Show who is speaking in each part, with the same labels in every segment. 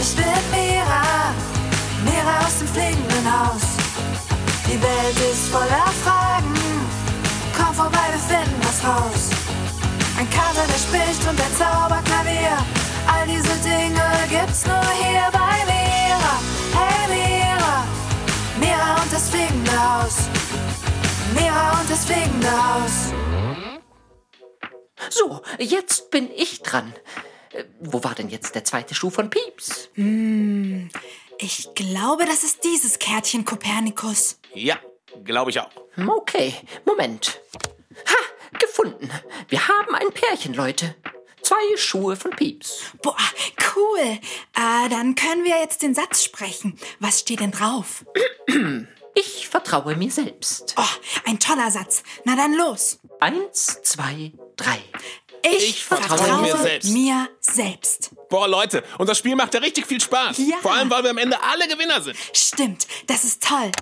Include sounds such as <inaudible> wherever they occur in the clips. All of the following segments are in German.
Speaker 1: Ich bin Mira, Mira aus dem fliegenden Haus. Die Welt ist voller Fragen. Komm vorbei, wir finden was raus. Ein Kater, der spricht und ein Zauberklavier. All diese Dinge gibt's nur hier bei Mira. Hey Mira, Mira und das fliegende Haus. Mira und das fliegende Haus.
Speaker 2: So, jetzt bin ich dran. Äh, Wo war denn jetzt der zweite Schuh von Pieps?
Speaker 3: Ich glaube, das ist dieses Kärtchen, Kopernikus.
Speaker 4: Ja, glaube ich auch.
Speaker 2: Hm, Okay, Moment. Ha, gefunden. Wir haben ein Pärchen, Leute. Zwei Schuhe von Pieps.
Speaker 3: Boah, cool. Äh, dann können wir jetzt den Satz sprechen. Was steht denn drauf?
Speaker 2: Ich vertraue mir selbst.
Speaker 3: Oh, ein toller Satz. Na dann los.
Speaker 2: Eins, zwei, drei.
Speaker 3: Ich,
Speaker 2: vertraue
Speaker 4: mir selbst.
Speaker 3: mir selbst.
Speaker 4: Boah, Leute, unser Spiel macht ja richtig viel Spaß.
Speaker 3: Ja.
Speaker 4: Vor allem, weil wir am Ende alle Gewinner sind.
Speaker 3: Stimmt, das ist toll.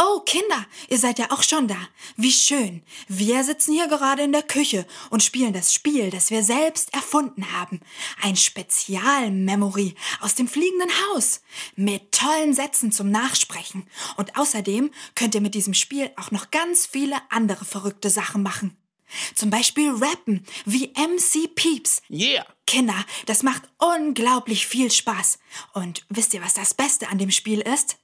Speaker 3: Oh, Kinder, ihr seid ja auch schon da. Wie schön. Wir sitzen hier gerade in der Küche und spielen das Spiel, das wir selbst erfunden haben. Ein Spezialmemory aus dem fliegenden Haus. Mit tollen Sätzen zum Nachsprechen. Und außerdem könnt ihr mit diesem Spiel auch noch ganz viele andere verrückte Sachen machen. Zum Beispiel rappen, wie MC Peeps.
Speaker 4: Yeah.
Speaker 3: Kinder, das macht unglaublich viel Spaß. Und wisst ihr, was das Beste an dem Spiel ist?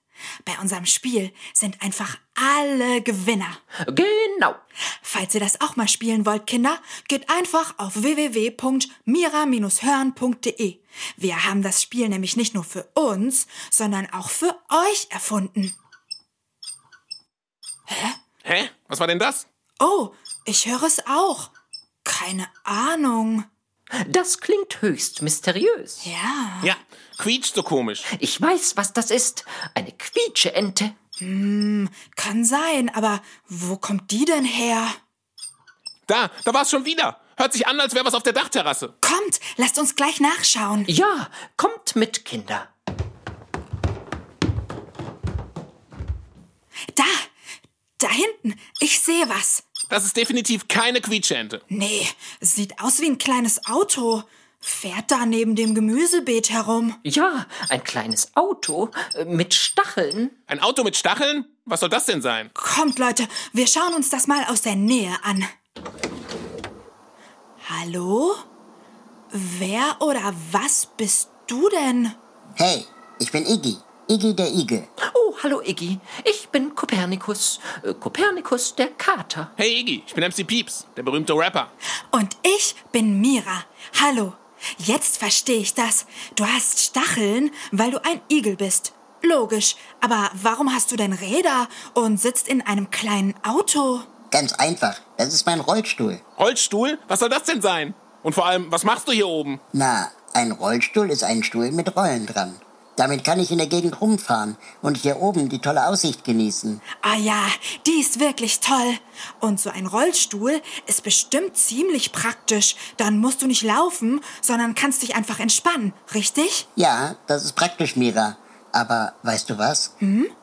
Speaker 3: Bei unserem Spiel sind einfach alle Gewinner.
Speaker 2: Genau.
Speaker 3: Falls ihr das auch mal spielen wollt, Kinder, geht einfach auf www.mira-hören.de. Wir haben das Spiel nämlich nicht nur für uns, sondern auch für euch erfunden.
Speaker 4: Hä? Was war denn das?
Speaker 3: Oh, ich höre es auch. Keine Ahnung.
Speaker 2: Das klingt höchst mysteriös.
Speaker 3: Ja.
Speaker 4: Ja, quietscht so komisch.
Speaker 2: Ich weiß, was das ist. Eine Quietscheente.
Speaker 3: Kann sein, aber wo kommt die denn her?
Speaker 4: Da, da war's schon wieder. Hört sich an, als wäre was auf der Dachterrasse.
Speaker 3: Kommt, lasst uns gleich nachschauen.
Speaker 2: Ja, kommt mit, Kinder.
Speaker 3: Da, da hinten, ich sehe was.
Speaker 4: Das ist definitiv keine Quietscheente.
Speaker 3: Nee, sieht aus wie ein kleines Auto. Fährt da neben dem Gemüsebeet herum.
Speaker 2: Ja, ein kleines Auto äh, mit Stacheln.
Speaker 4: Ein Auto mit Stacheln? Was soll das denn sein?
Speaker 3: Kommt, Leute, wir schauen uns das mal aus der Nähe an. Hallo? Wer oder was bist du denn?
Speaker 5: Hey, ich bin Iggy. Iggy der Igel.
Speaker 2: Oh, hallo Iggy. Ich bin Kopernikus. Äh, Kopernikus, der Kater.
Speaker 4: Hey Iggy, ich bin MC Pieps, der berühmte Rapper.
Speaker 3: Und ich bin Mira. Hallo. Jetzt verstehe ich das. Du hast Stacheln, weil du ein Igel bist. Logisch. Aber warum hast du denn Räder und sitzt in einem kleinen Auto?
Speaker 5: Ganz einfach, das ist mein Rollstuhl.
Speaker 4: Holzstuhl? Was soll das denn sein? Und vor allem, was machst du hier oben?
Speaker 5: Na, ein Rollstuhl ist ein Stuhl mit Rollen dran. Damit kann ich in der Gegend rumfahren und hier oben die tolle Aussicht genießen.
Speaker 3: Ah ja, die ist wirklich toll. Und so ein Rollstuhl ist bestimmt ziemlich praktisch. Dann musst du nicht laufen, sondern kannst dich einfach entspannen, richtig?
Speaker 5: Ja, das ist praktisch, Mira. Aber weißt du was?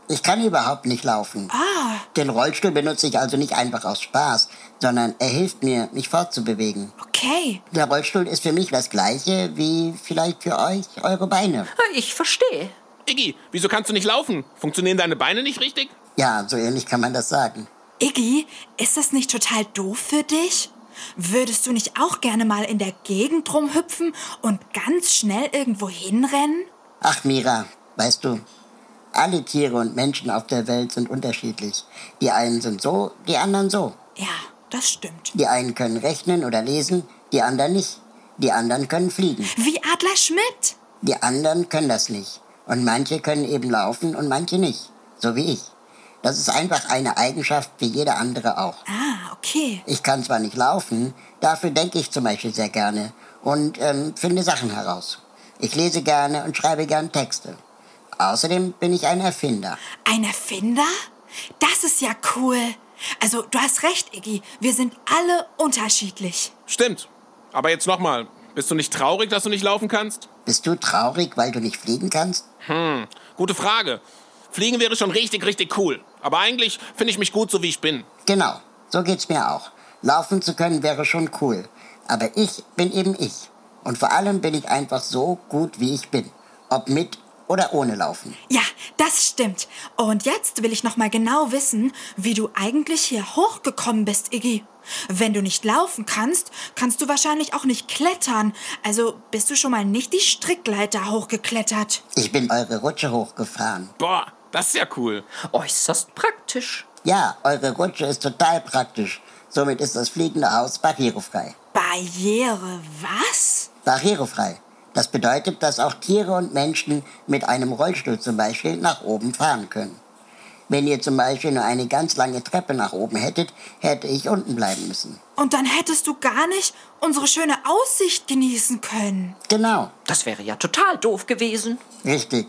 Speaker 5: Ich kann überhaupt nicht laufen.
Speaker 3: Ah,
Speaker 5: Den Rollstuhl benutze ich also nicht einfach aus Spaß, sondern er hilft mir, mich fortzubewegen.
Speaker 3: okay.
Speaker 5: Der Rollstuhl ist für mich das gleiche wie vielleicht für euch eure Beine.
Speaker 2: Ah, Ich verstehe.
Speaker 4: Iggy, wieso kannst du nicht laufen? Funktionieren deine Beine nicht richtig?
Speaker 5: Ja, so ähnlich kann man das sagen.
Speaker 3: Iggy, ist das nicht total doof für dich? Würdest du nicht auch gerne mal in der Gegend rumhüpfen und ganz schnell irgendwo hinrennen?
Speaker 5: Ach, Mira, weißt du, alle Tiere und Menschen auf der Welt sind unterschiedlich. Die einen sind so, die anderen so.
Speaker 3: Ja, Ah, das stimmt.
Speaker 5: Die einen können rechnen oder lesen, die anderen nicht. Die anderen können fliegen,
Speaker 3: Wie Adler Schmidt.
Speaker 5: die anderen können das nicht. Und manche können eben laufen und manche nicht, so wie ich. Das ist einfach eine Eigenschaft wie jede andere auch.
Speaker 3: Ah, okay.
Speaker 5: Ich kann zwar nicht laufen, dafür denke ich zum Beispiel sehr gerne und ähm, finde Sachen heraus. Ich lese gerne und schreibe gern Texte. Außerdem bin ich ein Erfinder.
Speaker 3: Ein Erfinder? Das ist ja cool. Also, du hast recht, Iggy. Wir sind alle unterschiedlich.
Speaker 4: Stimmt. Aber jetzt nochmal. Bist du nicht traurig, dass du nicht laufen kannst?
Speaker 5: Bist du traurig, weil du nicht fliegen kannst?
Speaker 4: Gute Frage. Fliegen wäre schon richtig, richtig cool. Aber eigentlich finde ich mich gut, so wie ich bin.
Speaker 5: Genau, so geht's mir auch. Laufen zu können wäre schon cool. Aber ich bin eben ich. Und vor allem bin ich einfach so gut, wie ich bin. Ob mit oder ohne Laufen.
Speaker 6: Ja, das stimmt. Und jetzt will ich noch mal genau wissen, wie du eigentlich hier hochgekommen bist, Iggy. Wenn du nicht laufen kannst, kannst du wahrscheinlich auch nicht klettern. Also bist du schon mal nicht die Strickleiter hochgeklettert.
Speaker 5: Ich bin eure Rutsche hochgefahren.
Speaker 4: Boah, das ist ja cool.
Speaker 2: Äußerst praktisch.
Speaker 5: Ja, eure Rutsche ist total praktisch. Somit ist das fliegende Haus barrierefrei.
Speaker 6: Barriere, was?
Speaker 5: Barrierefrei. Das bedeutet, dass auch Tiere und Menschen mit einem Rollstuhl zum Beispiel nach oben fahren können. Wenn ihr zum Beispiel nur eine ganz lange Treppe nach oben hättet, hätte ich unten bleiben müssen.
Speaker 6: Und dann hättest du gar nicht unsere schöne Aussicht genießen können.
Speaker 5: Genau,
Speaker 2: Das wäre ja total doof gewesen.
Speaker 5: richtig.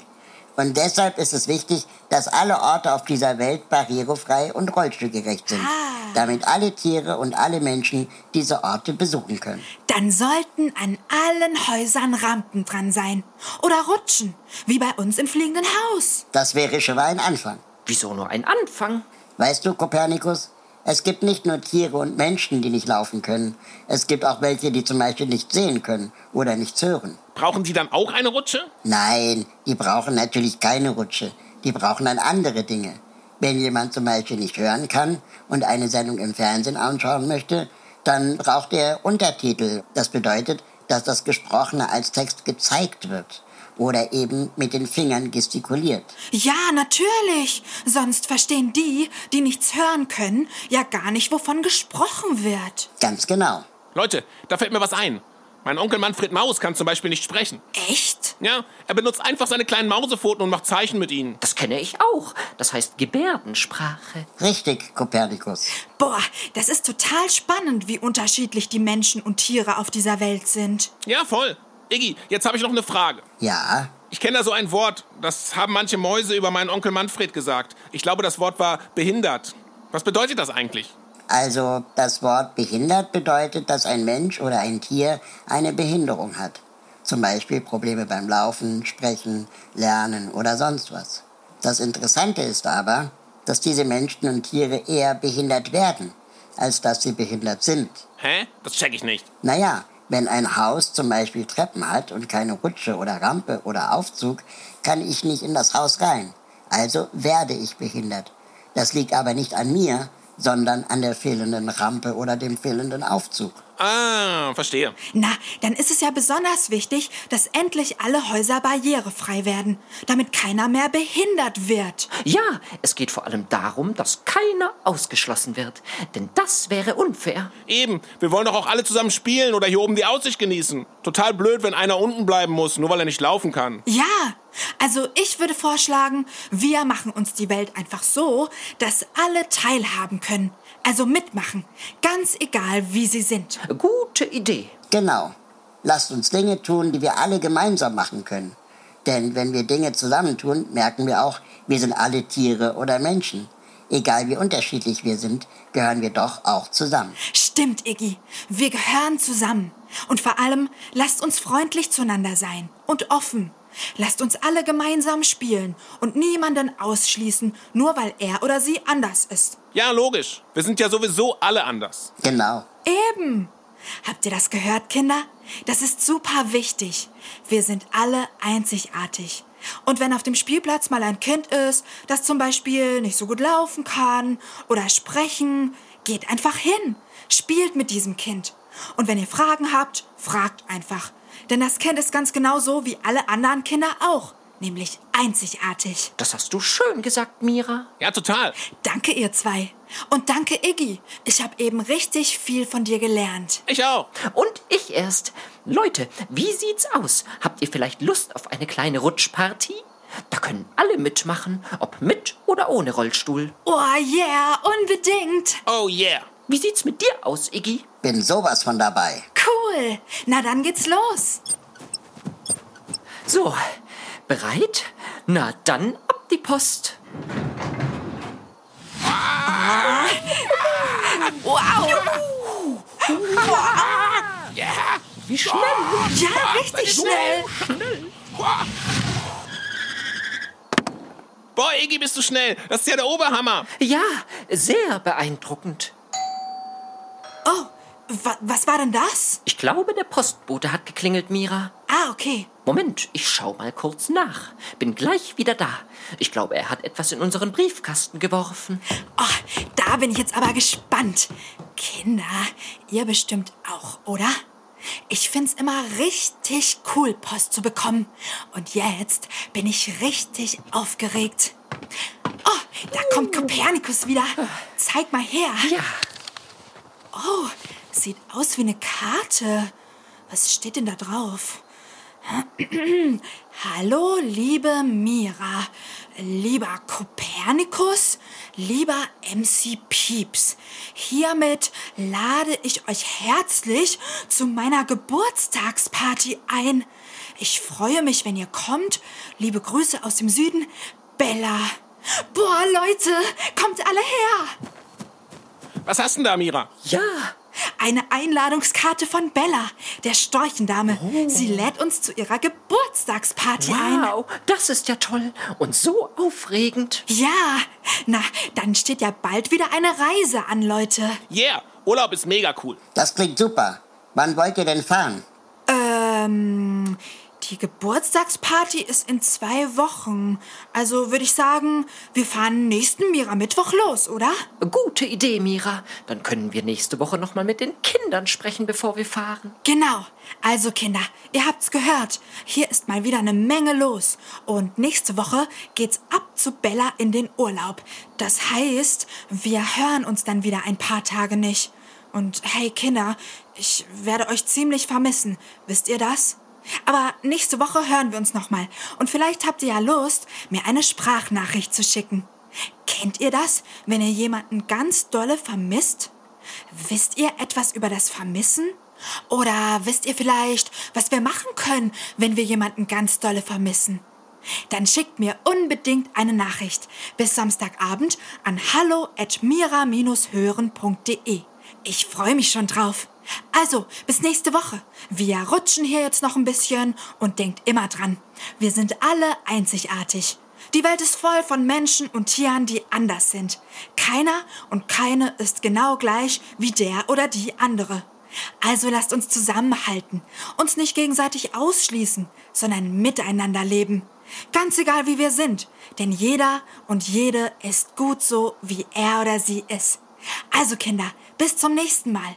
Speaker 5: Und deshalb ist es wichtig, dass alle Orte auf dieser Welt barrierefrei und rollstuhlgerecht sind,
Speaker 6: Ah.
Speaker 5: damit alle Tiere und alle Menschen diese Orte besuchen können.
Speaker 6: Dann sollten an allen Häusern Rampen dran sein. Oder Rutschen, wie bei uns im fliegenden Haus.
Speaker 5: Das wäre schon mal ein Anfang.
Speaker 2: Wieso nur ein Anfang?
Speaker 5: Weißt du, Kopernikus, es gibt nicht nur Tiere und Menschen, die nicht laufen können. Es gibt auch welche, die zum Beispiel nicht sehen können oder nichts hören.
Speaker 4: Brauchen Sie dann auch eine Rutsche?
Speaker 5: Nein, die brauchen natürlich keine Rutsche. Die brauchen dann andere Dinge. Wenn jemand zum Beispiel nicht hören kann und eine Sendung im Fernsehen anschauen möchte, dann braucht er Untertitel. Das bedeutet, dass das Gesprochene als Text gezeigt wird oder eben mit den Fingern gestikuliert.
Speaker 6: Ja, natürlich. Sonst verstehen die, die nichts hören können, ja gar nicht, wovon gesprochen wird.
Speaker 5: Ganz genau.
Speaker 4: Leute, da fällt mir was ein. Mein Onkel Manfred Maus kann zum Beispiel nicht sprechen.
Speaker 6: Echt?
Speaker 4: Ja, er benutzt einfach seine kleinen Mausefoten und macht Zeichen mit ihnen.
Speaker 2: Das kenne ich auch. Das heißt Gebärdensprache.
Speaker 5: Richtig, Kopernikus.
Speaker 6: Boah, das ist total spannend, wie unterschiedlich die Menschen und Tiere auf dieser Welt sind.
Speaker 4: Ja, voll. Iggy, jetzt habe ich noch eine Frage.
Speaker 5: Ja,
Speaker 4: Ich kenne da so ein Wort, das haben manche Mäuse über meinen Onkel Manfred gesagt. Ich glaube, das Wort war behindert. Was bedeutet das eigentlich?
Speaker 5: Also das Wort behindert bedeutet, dass ein Mensch oder ein Tier eine Behinderung hat. Zum Beispiel Probleme beim Laufen, Sprechen, Lernen oder sonst was. Das Interessante ist aber, dass diese Menschen und Tiere eher behindert werden, als dass sie behindert sind.
Speaker 4: Hä? Das check ich nicht.
Speaker 5: Naja, wenn ein Haus zum Beispiel Treppen hat und keine Rutsche oder Rampe oder Aufzug, kann ich nicht in das Haus rein. Also werde ich behindert. Das liegt aber nicht an mir, sondern an der fehlenden Rampe oder dem fehlenden Aufzug.
Speaker 4: Ah, verstehe.
Speaker 6: Na, dann ist es ja besonders wichtig, dass endlich alle Häuser barrierefrei werden, damit keiner mehr behindert wird.
Speaker 2: Ja, es geht vor allem darum, dass keiner ausgeschlossen wird. Denn das wäre unfair.
Speaker 4: Eben, wir wollen doch auch alle zusammen spielen oder hier oben die Aussicht genießen. Total blöd, wenn einer unten bleiben muss, nur weil er nicht laufen kann.
Speaker 6: Ja, also ich würde vorschlagen, wir machen uns die Welt einfach so, dass alle teilhaben können. Also mitmachen, ganz egal wie sie sind.
Speaker 2: Gute Idee.
Speaker 5: Genau. Lasst uns Dinge tun, die wir alle gemeinsam machen können. Denn wenn wir Dinge zusammentun, merken wir auch, wir sind alle Tiere oder Menschen. Egal wie unterschiedlich wir sind, gehören wir doch auch zusammen.
Speaker 6: Stimmt, Iggy, wir gehören zusammen. Und vor allem, lasst uns freundlich zueinander sein und offen. Lasst uns alle gemeinsam spielen und niemanden ausschließen, nur weil er oder sie anders ist.
Speaker 4: Ja, logisch. Wir sind ja sowieso alle anders.
Speaker 5: Genau.
Speaker 6: Eben. Habt ihr das gehört, Kinder? Das ist super wichtig. Wir sind alle einzigartig. Und wenn auf dem Spielplatz mal ein Kind ist, das zum Beispiel nicht so gut laufen kann oder sprechen, geht einfach hin. Spielt mit diesem Kind. Und wenn ihr Fragen habt, fragt einfach. Denn das Kind ist ganz genauso wie alle anderen Kinder auch, nämlich einzigartig.
Speaker 2: Das hast du schön gesagt, Mira.
Speaker 4: Ja, total.
Speaker 6: Danke, ihr zwei. Und danke, Iggy. Ich habe eben richtig viel von dir gelernt.
Speaker 4: Ich auch.
Speaker 2: Und ich erst. Leute, wie sieht's aus? Habt ihr vielleicht Lust auf eine kleine Rutschparty? Da können alle mitmachen, ob mit oder ohne Rollstuhl.
Speaker 6: Oh yeah, unbedingt.
Speaker 4: Oh yeah.
Speaker 2: Wie sieht's mit dir aus, Iggy?
Speaker 5: Bin sowas von dabei.
Speaker 6: Cool. Na dann geht's los.
Speaker 2: So, bereit? Na dann ab die Post. Wow! Wie schnell!
Speaker 6: Ja, richtig Ah, schnell.
Speaker 4: Boah, Iggy, bist du schnell. Das ist ja der Oberhammer.
Speaker 2: Ja, sehr beeindruckend.
Speaker 6: Oh, wa was war denn das?
Speaker 2: Ich glaube, der Postbote hat geklingelt, Mira.
Speaker 6: Ah, okay.
Speaker 2: Moment, ich schau mal kurz nach. Bin gleich wieder da. Ich glaube, er hat etwas in unseren Briefkasten geworfen.
Speaker 6: Oh, da bin ich jetzt aber gespannt. Kinder, ihr bestimmt auch, oder? Ich find's immer richtig cool, Post zu bekommen. Und jetzt bin ich richtig aufgeregt. Oh, da kommt Kopernikus wieder. Zeig mal her.
Speaker 2: Ja,
Speaker 6: Oh, sieht aus wie eine Karte. Was steht denn da drauf? <clears throat> Hallo, liebe Mira, lieber Kopernikus, lieber MC Pieps. Hiermit lade ich euch herzlich zu meiner Geburtstagsparty ein. Ich freue mich, wenn ihr kommt. Liebe Grüße aus dem Süden, Bella. Boah, Leute, kommt alle her!
Speaker 4: Was hast denn da, Mira?
Speaker 2: ja.
Speaker 6: Eine Einladungskarte von Bella, der Storchendame. Sie lädt uns zu ihrer Geburtstagsparty ein.
Speaker 2: Wow, das ist ja toll und so aufregend.
Speaker 6: Ja, na, dann steht ja bald wieder eine Reise an, Leute.
Speaker 4: Yeah, Urlaub ist mega cool.
Speaker 5: Das klingt super. Wann wollt ihr denn fahren?
Speaker 6: Ähm, die Geburtstagsparty ist in zwei Wochen. Also würde ich sagen, wir fahren nächsten Mira Mittwoch los, oder?
Speaker 2: Gute Idee, Mira. Dann können wir nächste Woche noch mal mit den Kindern sprechen, bevor wir fahren.
Speaker 6: Genau. Also Kinder, ihr habt's gehört. Hier ist mal wieder eine Menge los. Und nächste Woche geht's ab zu Bella in den Urlaub. Das heißt, wir hören uns dann wieder ein paar Tage nicht. Und hey Kinder, ich werde euch ziemlich vermissen. Wisst ihr das? Aber nächste Woche hören wir uns nochmal. Und vielleicht habt ihr ja Lust, mir eine Sprachnachricht zu schicken. Kennt ihr das, wenn ihr jemanden ganz dolle vermisst? Wisst ihr etwas über das Vermissen? Oder wisst ihr vielleicht, was wir machen können, wenn wir jemanden ganz dolle vermissen? Dann schickt mir unbedingt eine Nachricht bis Samstagabend an hallo@mira-hören.de. Ich freue mich schon drauf. Also, bis nächste Woche. Wir rutschen hier jetzt noch ein bisschen und denkt immer dran. Wir sind alle einzigartig. Die Welt ist voll von Menschen und Tieren, die anders sind. Keiner und keine ist genau gleich wie der oder die andere. Also lasst uns zusammenhalten, uns nicht gegenseitig ausschließen, sondern miteinander leben. Ganz egal, wie wir sind, denn jeder und jede ist gut so, wie er oder sie ist. Also Kinder, bis zum nächsten Mal.